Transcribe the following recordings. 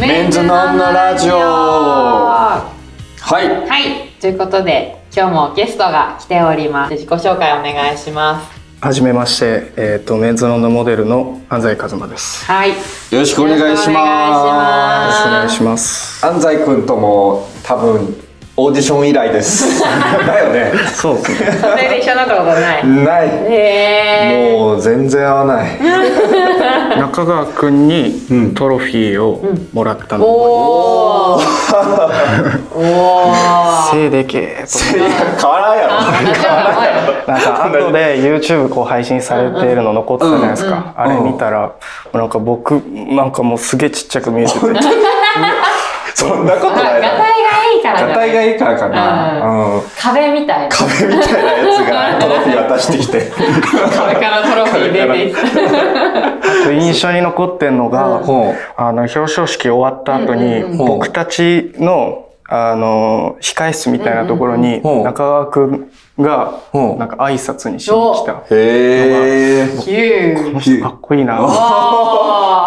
メンズノンノラジオははいい、ということで、今日もゲストが来ております。自己紹介お願いします。はじめまして、えっ、と、メンズノンノモデルの安西和馬です。よはい、よよろしくお願いしまろしくお願いす。します。す安西君とも多分オーディション以来です だよねそうですね。撮影で一緒になったことない。ないえー、もう全然合わない 中川くんにうんトロフィーをもらったの。おお。おお。せいでけーいや変わらんやろ大丈夫はいと。なんか後 で YouTube こう配信されているの残ってたじゃないですか。あれ見たら、なんか僕、なんかもうすげえちっちゃく見えてて。そんなことあないガだタろイがいいからじガゃタなイがい。いいからかな、うん、壁みたいな。壁みたいな やつがトロフィー渡してきて壁からトロフィー出てきた。印象に残ってんのが、 ほうあの、表彰式終わった後に、ん僕たちの、あの、控室みたいなところに、うんうん中川くんが、うんなんか挨拶にしに来た。へえキュー。うんかっこいいな。おー。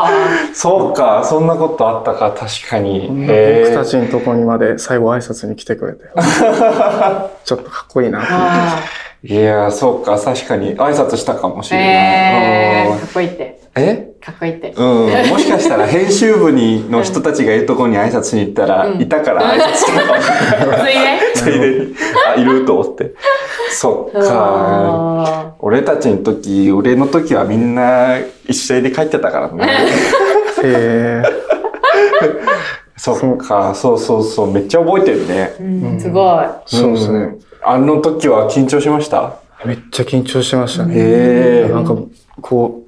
そうかそんなことあったか確かに、へ僕えたちのところにまで最後挨拶に来てくれて。 ちょっとかっこいいな。あいやーそうか確かに挨拶したかもしーれないえうー、んかっこいいって。えかっこいいって。 うん、もしかしたら編集部にの人たちがいるところに挨拶に行ったら、いたから挨 拶したかもしれない。ついね。ついでに、あ、いると思って。そっか。あ俺たちの時、俺の時はみんな一緒で帰ってたからね。え ーそっか、そうそうそう、めっちゃ覚えてるね。ーうんすごい。そうですね。ん。あの時は緊張しましためっちゃ緊張しましたね。へなんか、こ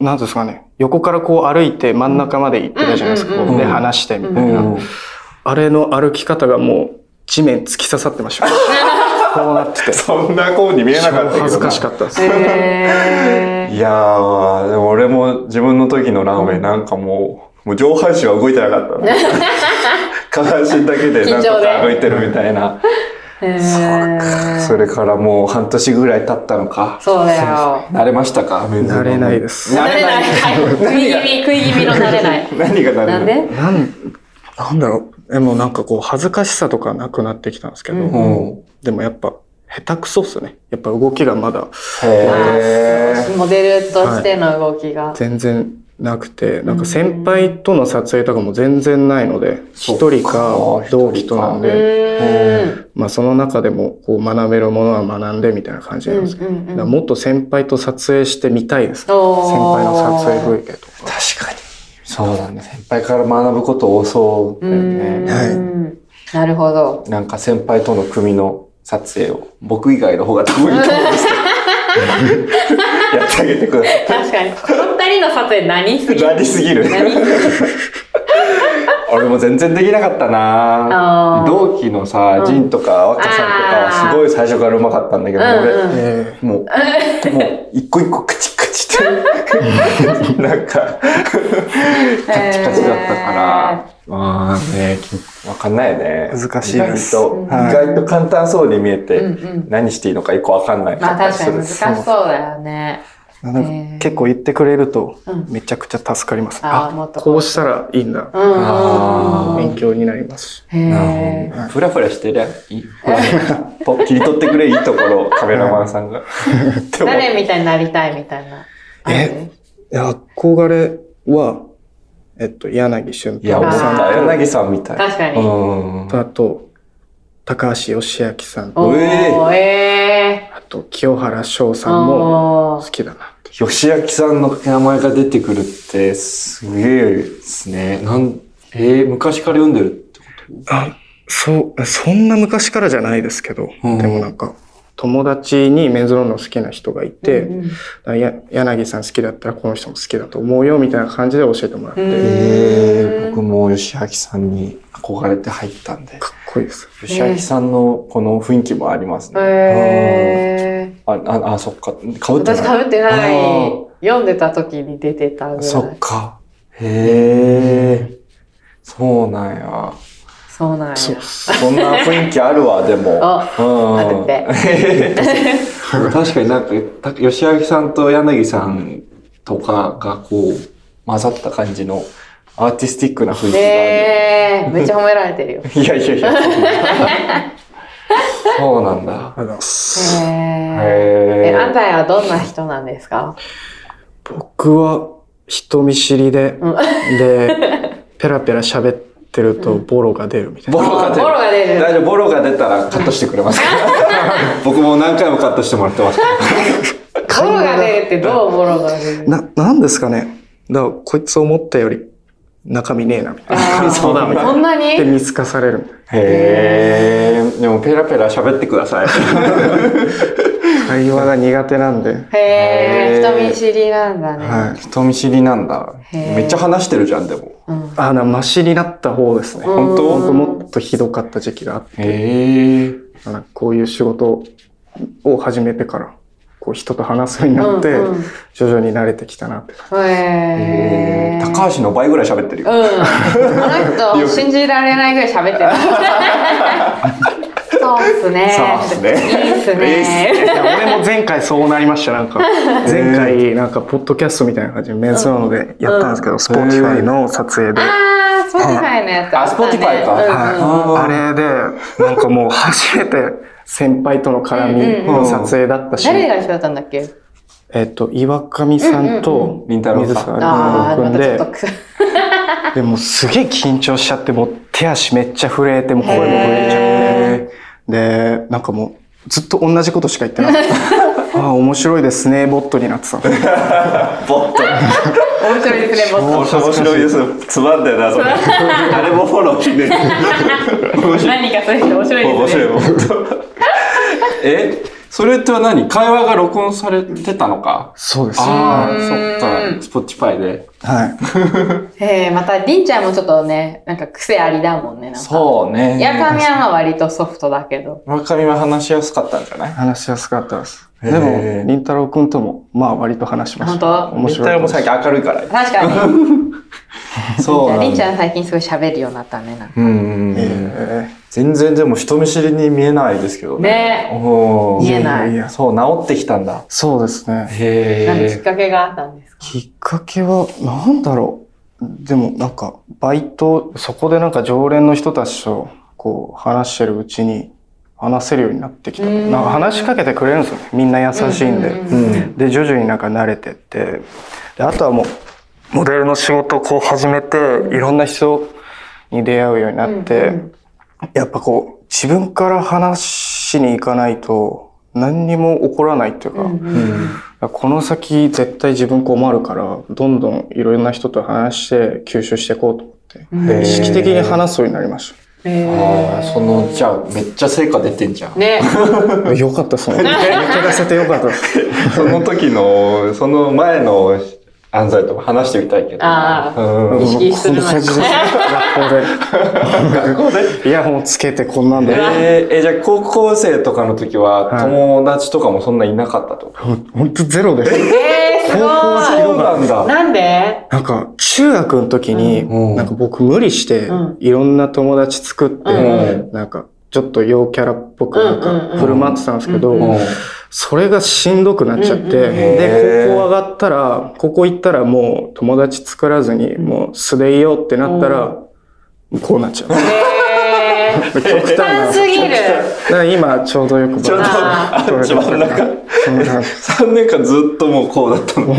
う、なんですかね、横からこう歩いて真ん中まで行ってたじゃないですか。うんこうで、話してみたいえ。うな。ん。あれの歩き方がもう地面突き刺さって ました。こうなってて。そんな子に見えなかったけどな。恥ずかしかったです。えいやー、でも俺も自分の時のランウェイなんかもう、もう上半身は動いてなか ったの。下半身だけでなんとか歩いてるみたいな。ーえー。それからもう半年ぐらい経ったのか。そうだよ。慣れましたか慣れないです慣慣れれなない。い。はい食い気味、食い気味の慣れない。何が慣れなないんでなん、なんだろう。でもなんかこう恥ずかしさとかなくなってきたんですけど、うんうん。でもやっぱ下手くそっすね。やっぱ動きがまだへー。モデルとしての動きが。全然なくて、なんか先輩との撮影とかも全然ないので、そ一っか人か同期となんうで、ーん。まあその中でもこう学べるものは学んでみたいな感じなんですけど、うんうんうんだからもっと先輩と撮影してみたいです。先おー輩の撮影風景とか。確かに。そうだね。先輩から学ぶこと多そううだよね。はいーん。なるほど。なんか先輩との組の撮影を、僕以外の方が得意と思うんです けど。やってあげてください。確かに。この二人の撮影何すぎるなりすぎる何すぎる 俺も全然できなかったなあー同期のさ、ジンとか若さんとかはすごい最初からうまかったんだけど、うんうんえ俺もうもう一個一個カチカチってなんかカチカチだったから、まあねわかんないよね難しいです意外と、はい意外と簡単そうに見えて、うんうん何していいのか一個わかんないまあ確かに難しするそうだよね。ーなんかえー結構言ってくれるとうんめちゃくちゃ助かります。あーもっとこうしたらいいんだ。うんうんうんあうん。勉強になります。へえ。フラフラしてりゃいい。フラフラと切り取ってくれいいところをカメラマンさんが。でも誰みたいになりたいみたいな。えいや憧れは、えっと、柳俊いや、思太郎っさんた。あー柳さんみたい。確かにうん。と、あと、高橋義明さんと、おおえー、えあと、清原翔ー。さんもお好ーきだなって。吉明さんの名前が出てくるって、すげえですね。なん、えー、昔から読んでるってこあ、そう、そんな昔からじゃないですけど、うんでもなんか、友達にメンズロンの好きな人がいて、うんうんあや柳さん好きだったらこの人も好きだと思うよみたいな感じで教えてもらって、とうんかっえー、僕も吉明さんに憧れて入ったんで。こいいです。吉明さんのこの雰囲気もありますね。えー。あ、あ、あ、そっか。被って私ない。被ってなあいー。読んでた時に出てたぐらい。そっか。へえ。そうなんや。そうなんや。そうっす。そんな雰囲気 あるわ、でも。あう当ん。確かになんか、た吉明さんと柳さんとかがこう、混ざった感じのアーティスティックな雰囲気があえー、めっちゃ褒められて るよ。る。いやいやいや。 そうなんだ。あのへへーえ。え、あんたやはどんな人なんですか僕は人見知りで、うんで、ペラペラ喋ってるとボロが出るみたいな。ボロが出る。 ボロが出る大丈夫、ボロが出たらカットしてくれ ますから。僕も何回もカットしてもらってますから。ボロが出るってどうボロが出るな、なんですかね。だから、こいつ思ったより中身ねえな、みたいあーな。そうだ、みたいそな。んなで、に見透かされるみたいへえ。でもペラペラ喋ってください。な。会話が苦手なんで。へえ、へー人見知りなんだね。は い。人見知りなんだ。へーめっちゃ話してるじゃん、でも。うんあ、な、マシになった方ですね。うん本当本当もっとひどかった時期があって、へえ。あのこういう仕事を始めてから、こう人と話すようになって、うんうん徐々に慣れてきたなって。へへえ。ー高橋の倍ぐらい喋ってるうよ。ん。この人、信じられないぐらい喋ってる。そうっすね。そうっすねいいっすいいっね。いや俺も前回そうなりました、なんか。前回、なんか、ポッドキャストみたいな感じで、メンズなのでやったんですけど、スポーティファイの撮影で。あー、スポティファイのやつあ、スっポたティねファイか。うんうんああれれで、なんかもう初めて先輩との絡みの撮影だったし、誰が一緒だったんだっけえっと、岩上さんとうんうんうんりんたろうさん水沢あさー、んま君たちょっでと、く。でもうすげえ緊張しちゃって、もう手足めっちゃ震えて、もう声も震えちゃって、で、なんかもうずっと同じことしか言ってなかった。ああ、面白いですね、ボットになってた。ボット。面白いですね、ボ面ッ白いです。つまんだよな、それ。誰もフォローしねえ。面ト。白い。何かそれって面白い面ですね白い、。ボッ ト。えそれっては何会話が録音されてたのかそうです。あはあ、そっか。スポティファイで。いはい。えー、また、りんちゃんもちょっとね、なんか癖ありだもんね。なんかそうね。やかみはまあ割とソフトだけど。村上は話しやすかったんじゃない話しやすかったです。へでーも、りんたろうくんとも、まあ割と話しました。本当面白いもです。最近明るいから。確かに。そりんちゃん最近すごい喋るようになったね。なんかうんうんうん。え全然でも人見知りに見えないですけどねね。おー見えないやややそう、治ってきたんだ。そうですね。へなんかきっえ。かけがあったんですかきっかけは、なんだろう。でも、なんか、バイト、そこでなんか常連の人たちと、こう、話してるうちに、話せるようになってきた。うなんんか話しかけてくれるんですよね。みんな優しいんうんうんで。うん。で、徐々になんか慣れてって、で、あとはもう、モデルの仕事をこう始めて、いろんな人に出会うようになって、うんうんやっぱこう、自分から話しに行かないと、何にも起こらないっていうか、うんだううんん。からこの先絶対自分困るから、どんどんいろんな人と話して吸収していこうと思って、うんへー意識的に話すようになりましへーああ、その、じゃあ、めっちゃ成果出てんじゃ ん。ね。た。よかったですね。抜け出せてよかったです。その時の、その前の安西とも話してみたいけどな。ああう ん意識するこんな感じです。学校で。学校でイヤホンつけてこんなんで。 えーえじゃあ高校生とかの時ははい友達とかもそんないなかったとか。ほんほんとゼロです。えー、すごそうなんい。だ。なんでなんか、中学の時に、うんなんか僕無理してうん、いろんな友達作って、うなんか、ちょっと陽キャラっぽくなんうんうんうんか振る舞ってたんですけど、うんうんそれがしんどくなっちゃって、うんうんうんへで、ー高校上がったら、ここ行ったらもう友達作らずに、もう素でいようってなったら、こうなっちゃう。えー、極 端な。簡単すぎる。だから今ちょうどよくちょっと、ああ取れ一てま番すなんか、そんな感じ3年間ずっともうこうだったの。あ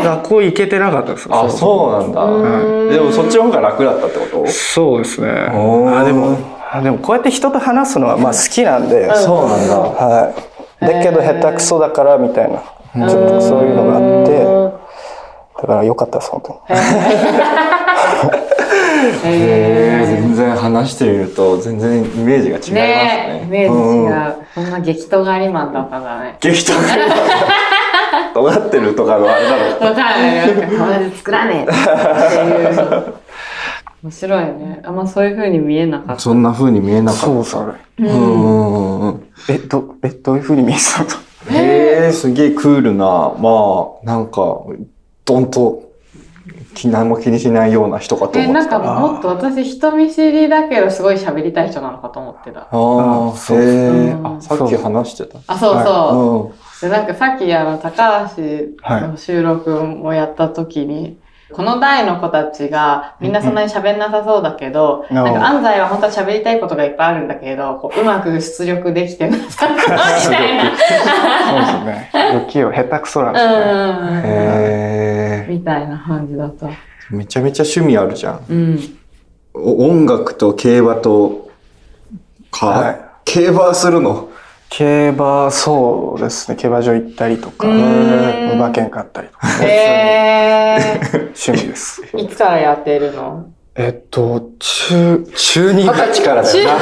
んま学校行けてなかったですあ、そうなんうんだ。でもそっちの方が楽だったってことそうですね。おーあでも、あでもこうやって人と話すのはまあ好きなんで、そうなんだ。はい。だけど下手くそだからみたいな、ちょっとそういうのがあって、だから良かったです、本当に。へえ、全然話してみると全然イメージが違いますねね。え、イメージうん違う。こんな激闘がありマンだったんだね。激闘が尖ってるとかのあれだろう。わかんない。なんか友達作らねえっていう。面白いね。あんまそういう風に見えなかった。 そんな風に見えなかった。そうそれ。うんうんうんうん。え、ど、え、どういう風に見えたのへえ、すげえクールな、まあ、なんか、どんと、気何も気にしないような人かとえ、思っなんてかた。もっと私人見知りだけどすごい喋りたい人なのかと思ってた。あああ、そうへえ、うんあ、さっき話してた。あ、そうそうう。で、なんかさっきあの、高橋の収録もやった時に、この代の子たちがみんなそんなに喋んなさそうだけど、うんうんなんか安西は本当は喋りたいことがいっぱいあるんだけれど、こううまく出力できてなさそうみたいな。そうですね。不器用、下手くそなんですね。うんうんへみたいな感じだと。ーめちゃめちゃ趣味あるじゃん。うん。お音楽と競馬と、か、はい競馬するの競馬、そうですね。競馬場行ったりとか、うん馬券買ったりとか、えー、趣味です。いつからやってる のえっと、中、中二ぐらいからだよな。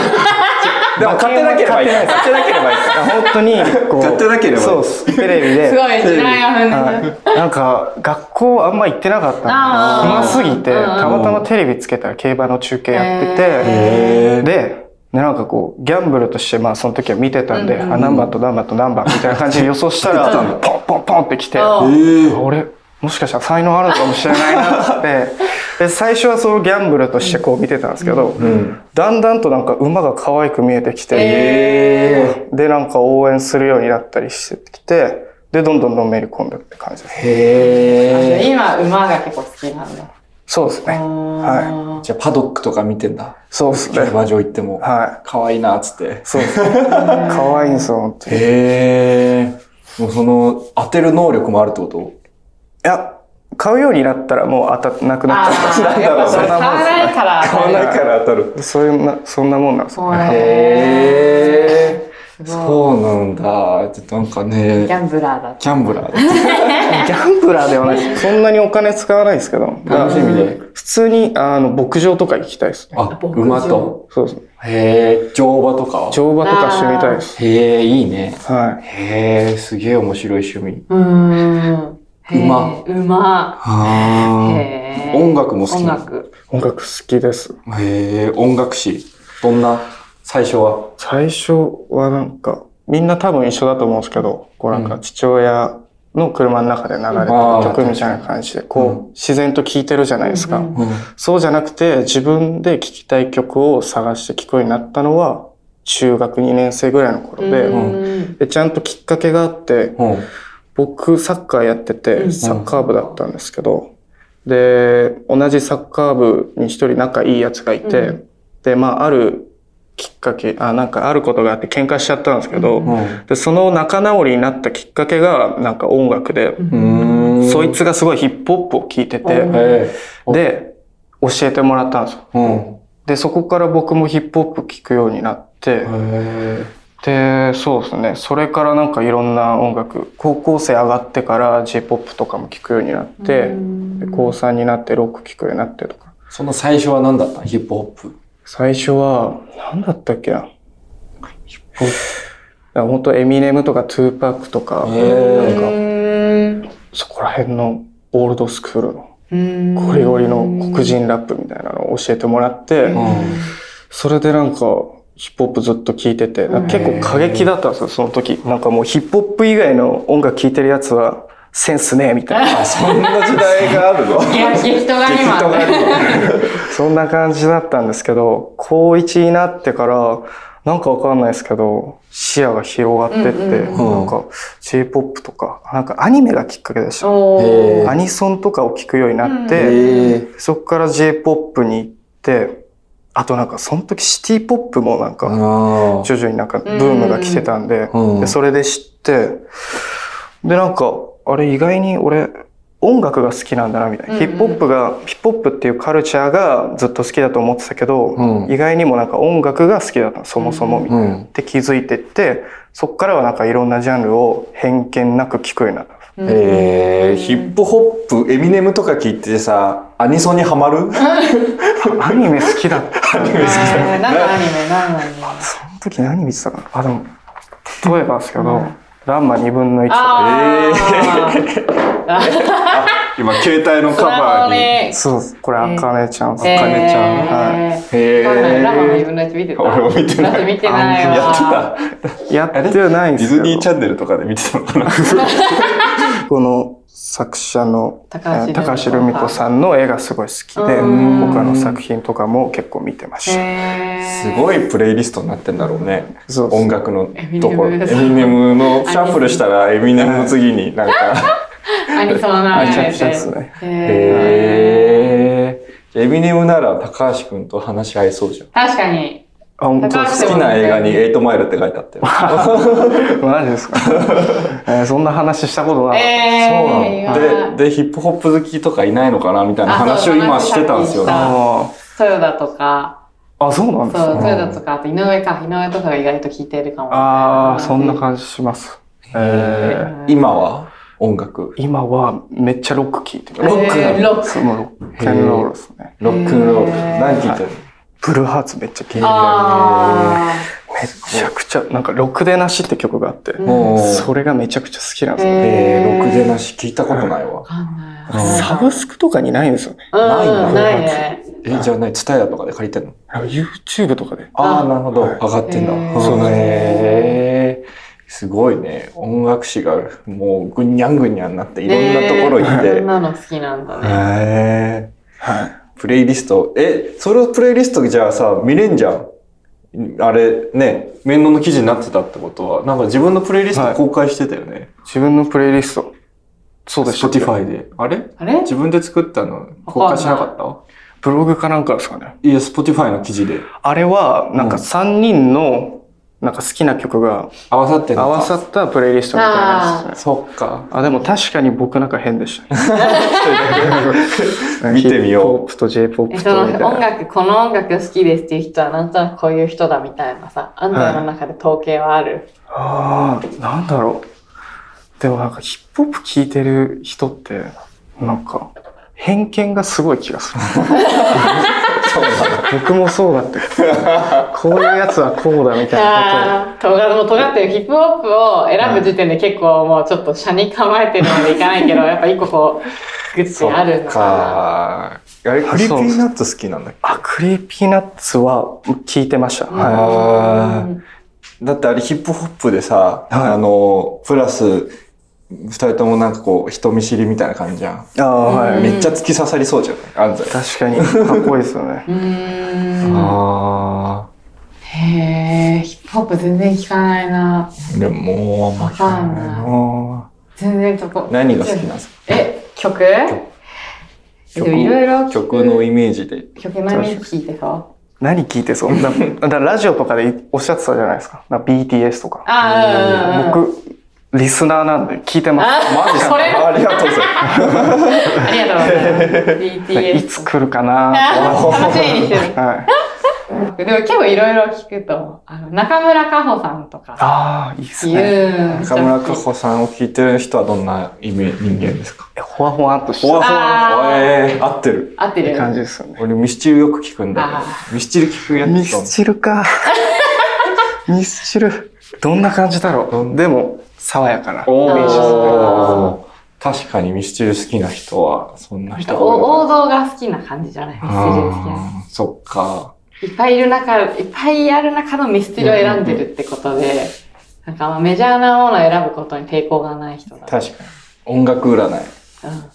でも買ってなければいい。馬券は買ってなければいい。あ本当に、こう。買ってなければいいそうっす。テレビで。すごい、時代が踏んでる。はいなんか学校あんま行ってなかったんであー暇すぎてうんたまたまテレビつけたら競馬の中継やってて、へーででなんかこうギャンブルとしてまあその時は見てたんで、うんうんあ何番と何番と何番みたいな感じで予想したらうんポンポンポンってきて、うんええ俺もしかしたら才能あるかもしれないなってで最初はそのギャンブルとしてこう見てたんですけど、んだんだんとなんか馬が可愛く見えてきて。えで、なんか応援するようになったりしてきて、で、どんどんのめり込んでって感じです。へえ。今、馬が結構好きなんだ。そうですね。はじゃあパドックとか見てんだ。そうです競ね。馬場行っても。は可愛いな、っつってい。。そうですね。可愛いんですよ、本当に。いへえ。もうその、当てる能力もあるってことや、買うようになったらもう当たってなくなっちゃっああ、やっぱそれ買わないから。買わないから当たる。た。そういうな、そんなもんなんですよ。へえ。すごい。そうなんだ。なんかねギ、ャンブラーだ。ギャンブラーだ。ギャンブラーではないです。そんなにお金使わないですけど、楽しみで。普通に、あの、牧場とか行きたいですね。あ、牧場馬と。そうですね。へえ、乗馬とか。乗馬とかしてみたいです。へえ、いいね。はい。へえ、すげえ面白い趣味。うーん。へー馬。馬。あへーあ。音楽も好き音なの。楽。音楽好きです。へえ、音楽史。どんな最初は。最初はなんか、みんな多分一緒だと思うんですけど、こうなんうか父親の車の中で流れうんてる曲みたいな感じで、うんこう自然と聴いてるじゃないですか。うんうんうん。そうじゃなくて自分で聴きたい曲を探して聴くようになったのは中学2年生ぐらいの頃で、うんでちゃんときっかけがあって、うん。僕サッカーやってうてんサッカー部だったんですけど、で同じサッカー部に一人仲いいやつがいて、うでまああるきっかけあなんかあることがあって喧嘩しちゃったんですけど、ううんでその仲直りになったきっかけがなんか音楽で、ううんーん。そい。つがすごいヒップホップを聴いてうんて、へえ。で教えてもらったんですようん。でそこから僕もヒップホップ聴くようになって、へでそうですねそれからなんかいろんな音楽高校生上がってから j p o p とかも聴くようになって、で高3になってロック聴くようになってとかその最初は何だったのヒップホップ。最初は何だったっけなだから本当エミネムとかトゥーパックとか、へなんうかんそこら辺のオールドスクールのうんゴリゴリの黒人ラップみたいなのを教えてもらって、うんそれでなんかヒップホップずっと聴いてて、うん結構過激だったんですよその時なんかもうヒップホップ以外の音楽聴いてるやつはセンスねえみたいなあ、 そんな時代があるのいや、激闘が激闘があ今。るの そんな感じだったんですけど高1になってからなんかわかんないですけど視野が広がってって、うんうんうんなんか j p o p とかなんかアニメがきっかけでした、おへーーアニソンとかを聴くようになっうて、んへえ。そこから J-POP に行って、あとなんかその時シティポップもなんかあ徐々になんかブームが来てたんで、うんでそれで知って、でなんか、あれ意外に俺音楽が好きなんだなみたいな。うんヒップホップが、ヒップホップっていうカルチャーがずっと好きだと思ってたけど、うん意外にもなんか音楽が好きだったのそもそもみたいな。うんって気づいてって、そっからはなんかいろんなジャンルを偏見なく聞くようになった。へえ。ヒップホップ、エミネムとか聞いてさ、アニソンにハマるアニメ好きだった。アニメ好きあーなんかアだ。ニメ、なんかアニメ。その時何見てたかなあ、でも、例えばですけど、うんランマ2分の1とか。あー。今、携帯のスカマバホーに。へね。そうです。これ、あかねちゃん。えー茜ちゃんえーえ。わかんないラマの分の1見てた。俺も見てないだって見てないわ。やってた。やってないんデでィすズけニーどチ、ャンネルとかで見てたのかなこの作者のえ高橋ー高橋留美子さんの絵がすごい好きで、うん他の作品とかも結構見てました。へすーごいプレイリストになってんだろうね。そうです音楽のところ。エミネム エミネムのシャッフルしたらエミネムの次になんかありそうな。あめちちゃゃくちゃですね。へーへえ。じゃあエミネムなら高橋くんと話し合いそうじゃん。確かに。あ、本当高です橋好きな映画にエイトマイルって書いてあ ったよ。マジですか、えーそんな話したことなかったえー、意外で、で、ヒップホップ好きとかいないのかなみたいな話を今してたんですよあね。あ豊田とか、ーあ、そうなんですそう、ね。豊田とか、あと井上か、井上とかが意外と聞いてるかも。ああ、そんな感じします。えーうん今は音楽。今はめっちゃロック聴いてる。ロックなのえーロック。そのロックンロールですね。ロックンロール。へー何聴いてるのブルーハーツめっちゃ聴いてる。あめちゃくちゃ、なんか、ろくでなしって曲があって、うんもう、それがめちゃくちゃ好きなんですよ。えー、6でなし。し聞いたことないわわ。かんない。うんサブスクとかにないんですよね。ないなうん、ないね。え、じゃあ何ツタヤとかで借りてんのなんか YouTube とかで。ああ、なるほど。はい上がってんだ。へーそうですへーすごいね。音楽史がもうぐにゃんぐにゃんになって、いろんなところ行ねっえそてん。なの好きなんだね。へはい。ープレイリスト。え、それをプレイリストじゃあさ、見れんじゃん。あれ、ね、面倒の記事になってたってことは、なんか自分のプレイリスはトい公開してたよね。自分のプレイリスト。そうでしたっけ Spotify で。あれあれ自分で作ったの公開しなかったブログかなんかですかね。いや、Spotify の記事で。あれは、なんかうん3人の、なんか好きな曲が合わさってんのか合わさったプレイリストみたいなやつですね。そっか。あ、でも確かに僕なんか変でしたね。 見てみよう K-POP と J-POP とえみそのたいな。音楽、この音楽好きですっていう人はなんとなくこういう人だみたいなさ、あんたの中で統計はある。ああ、なんだろう。でもなんかヒップホップ聴いてる人って、なんか、偏見がすごい気がする。僕もそうだって。こういうやつはこうだみたいなこああ、とが、もう尖ってるヒップホップを選ぶ時点で結構もうちょっと車に構えてるまでいかない けど、やっぱ一個こう、グッチあるのかか。あれ、クリーピーナッツ好きなんだっけと。あ、クリーピーナッツは聞いてました。な。はい。あーうんだってあれヒップホップでさ、あの、プラス、二人ともなんかこう、人見知りみたいな感じじゃん。ああ、はい。めっちゃ突き刺さりそうじゃない安西。確かに、かっこいいですよね。うーん。あへえ、ヒップホップ全然聞かないな。ーでも、もうあんま聞かないわかな全然そこ。何が好きなんですかえ、曲えでもいろいろ聞く曲のイメージで。曲何聴いてそう何聞いてそうだだからラジオとかでおっしゃってたじゃないですか。なんか BTS とか。ああ、うんうんうん。僕、リスナーなんで聞いてます。あマジそれありがとうございます。ありがとうございます。でい BTS。つ来るかなあー楽しみにしてる。はい。でも結構いろいろ聞くと、あの、中村佳穂さんとか、ああ、いいっすいね。う、中村佳穂さんを聞いてる人はどんなイメ人間ですかえほわほわっとしほわたほわ。あえー合ってる。合ってる。感じですよね。俺ミスチルよく聞くんだあけど。ミスチル聞くやつミスチルか。ミスチル。どんな感じだろう。でも、爽やかな。おあー確かにミスチル好きな人は、そんな人が多いお王道のかが好きな感じじゃないミステリなー好きな。あーそっか。いっぱいいる中、いっぱいある中のミステリーを選んでるってことで、なんかまあメジャーなものを選ぶことに抵抗がない人だ。確かに。音楽占うい。ん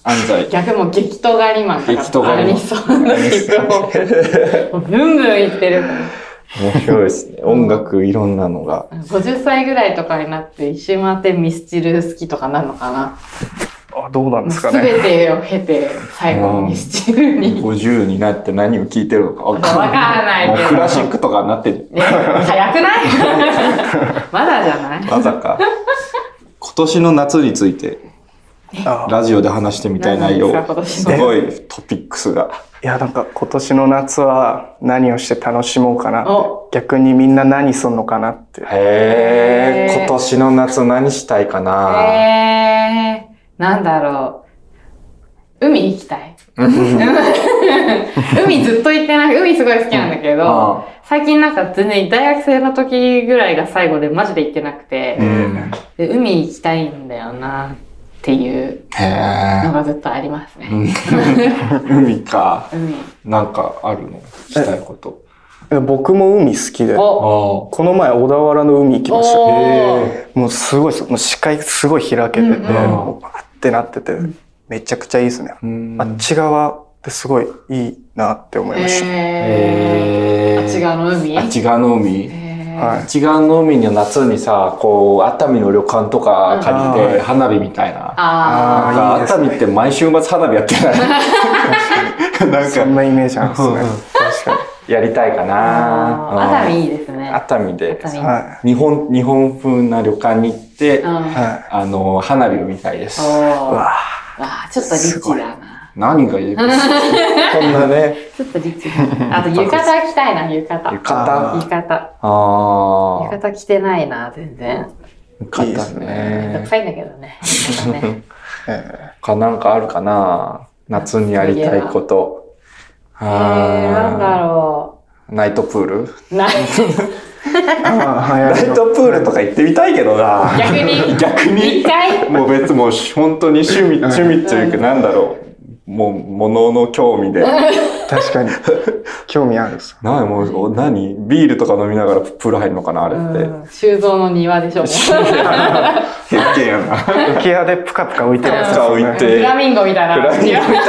安西。逆も激闘がリマンとか、激闘があリマンれにそうな人も、もうブンブン言ってるから。面白いですね。音楽いろんなのが。 50歳ぐらいとかになって一周回ってミスチル好きとかなるのかなあどうなんですすかべ、ね。全てを経て最後にミスチルに、わ50になって何を聞いてるのかわかかんない。らないもうけクどラシックとかになってる。ね早くない まだじゃないまさか。今年の夏について、あラジオで話してみたい内容。何ですすかごいトピックスが。いや、なんか今年の夏は何をして楽しもうかなってお。逆にみんな何すんのかなって。へへえ。ー今年の夏何したいかな、えー、なんだろう海行きたい海ずっと行ってない海すごい好きなんだけど、あ最近なんか全然大学生の時ぐらいが最後でマジで行ってなくて、うん。で海行きたいんだよなっていうのへがずっとありますね。え。 海か。海。なんかあるのしたいこと。僕も海好きで。こおあの前、小田原の海行きました。おーもうすごいですもう視界すごい開けてて、うんうんもうバーってなってて、めちゃくちゃいいですね。うんあっち側ってすごいいいなって思いました。えー、へあっち側の海ーあっち側の海。えはい一眼の海の夏にさ、こう、熱海の旅館とか借りて、うん花火みたいな。ああなんかいいで熱すね海って毎週末花火やってないなんそんか、なイメージあるんですうんねうん確かやりたいかあな。うんあー熱海いいですね。熱海で、熱海。には日本、日本風な旅館に行って、うん。いはあの、花火を見たいです。おーわいわあ、ちょっとリッチだな。何がいいです かこんなね、ちょっとリッチだ。あと浴衣着たいな、浴衣。浴浴衣。あ衣。あ浴衣着てないな、全然。あ、よかっいいでたすめんどくね。さいんだけどね。浴衣ねえか、なんかあるかな夏にやりたいこと。えー、なんだあろーナイトプールう。ない。えああナ流行イりのトプールとか行ってみたいけどな。逆に。 逆一に。回。もう別、もう本当に趣味、趣味というかなんだろう。もう、ものの興味で。確かに興味あるっすなもう、お何ビールとか飲みながらプール入るのかなあれって。うん修造の庭でしょ。偏見やな。浮き輪でプカプカ浮いてるやつですがよ置いね て、フラミンゴみたいな。フラミンゴみたいな。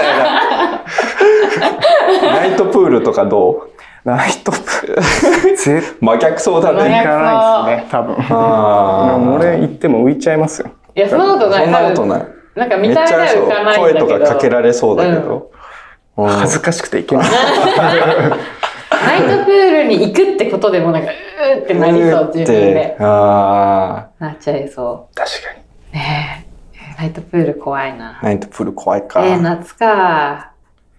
ナイトプールとかどナイトプール絶う真逆そうだ対ね。行かないですね多分あー俺行っても浮いちゃいますよいや、そんなことない。。そんなことないい。なんかめ見った目ちでゃはそう浮かないんだ声けど。とかかけられそうだけど。うん恥ずかしくて行けないナイトプールに行くってことでもなんか、うーってなりそう、自分で。。あなっちゃいそ確かにう。ねえ。ナイトプール怖いなあ、。ナイトプール怖いか。えー、夏か。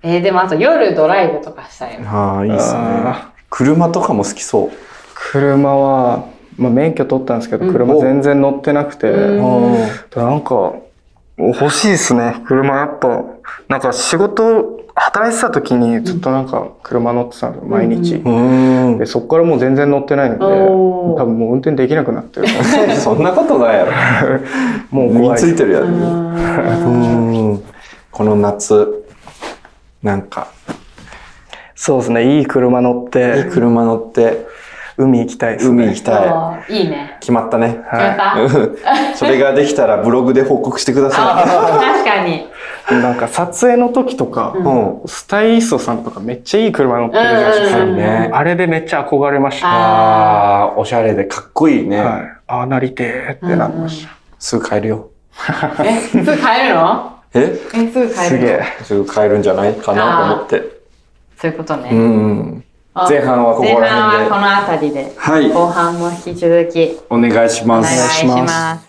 えー、でもあと夜ドライブとかしたいな。ああ、いいっすねあ。車とかも好きそう。車は、まあ、免許取ったんですけど、うん車全然乗ってなくて、うんなんか欲しいですね車やっぱなんか仕事働いてた時にずっとなんか車乗ってたんですよ毎日、ううんで。そこからもう全然乗ってないのでおー多分もう運転できなくなってるそんなことないやろ。もう身に怖いついてるやうろ。ー んうんこの夏、なんか、そうですねいい車乗っいいて車乗って、海行きたいですね海行きたい。あーいいね。決まったね。決めはたうんそれができたらブログで報告してくだあさ確かに。いなんか撮影の時とか、い。ううん。スタイリストさんとかめっちゃいい車乗ってるじゃないですうか、んうんうんねあれでめっちゃ憧れましたああ、おしゃれでかっこいいね。はい、ああなりてーってなってました、すぐ帰るよ。え、すぐ帰るのええ、すぐ帰るすげえすぐ帰るんじゃないかなと思って。そういうことね。うん。あ前半はここら辺で前半はこの辺りで。はい後半も引き続きお願いしおま願いす。します。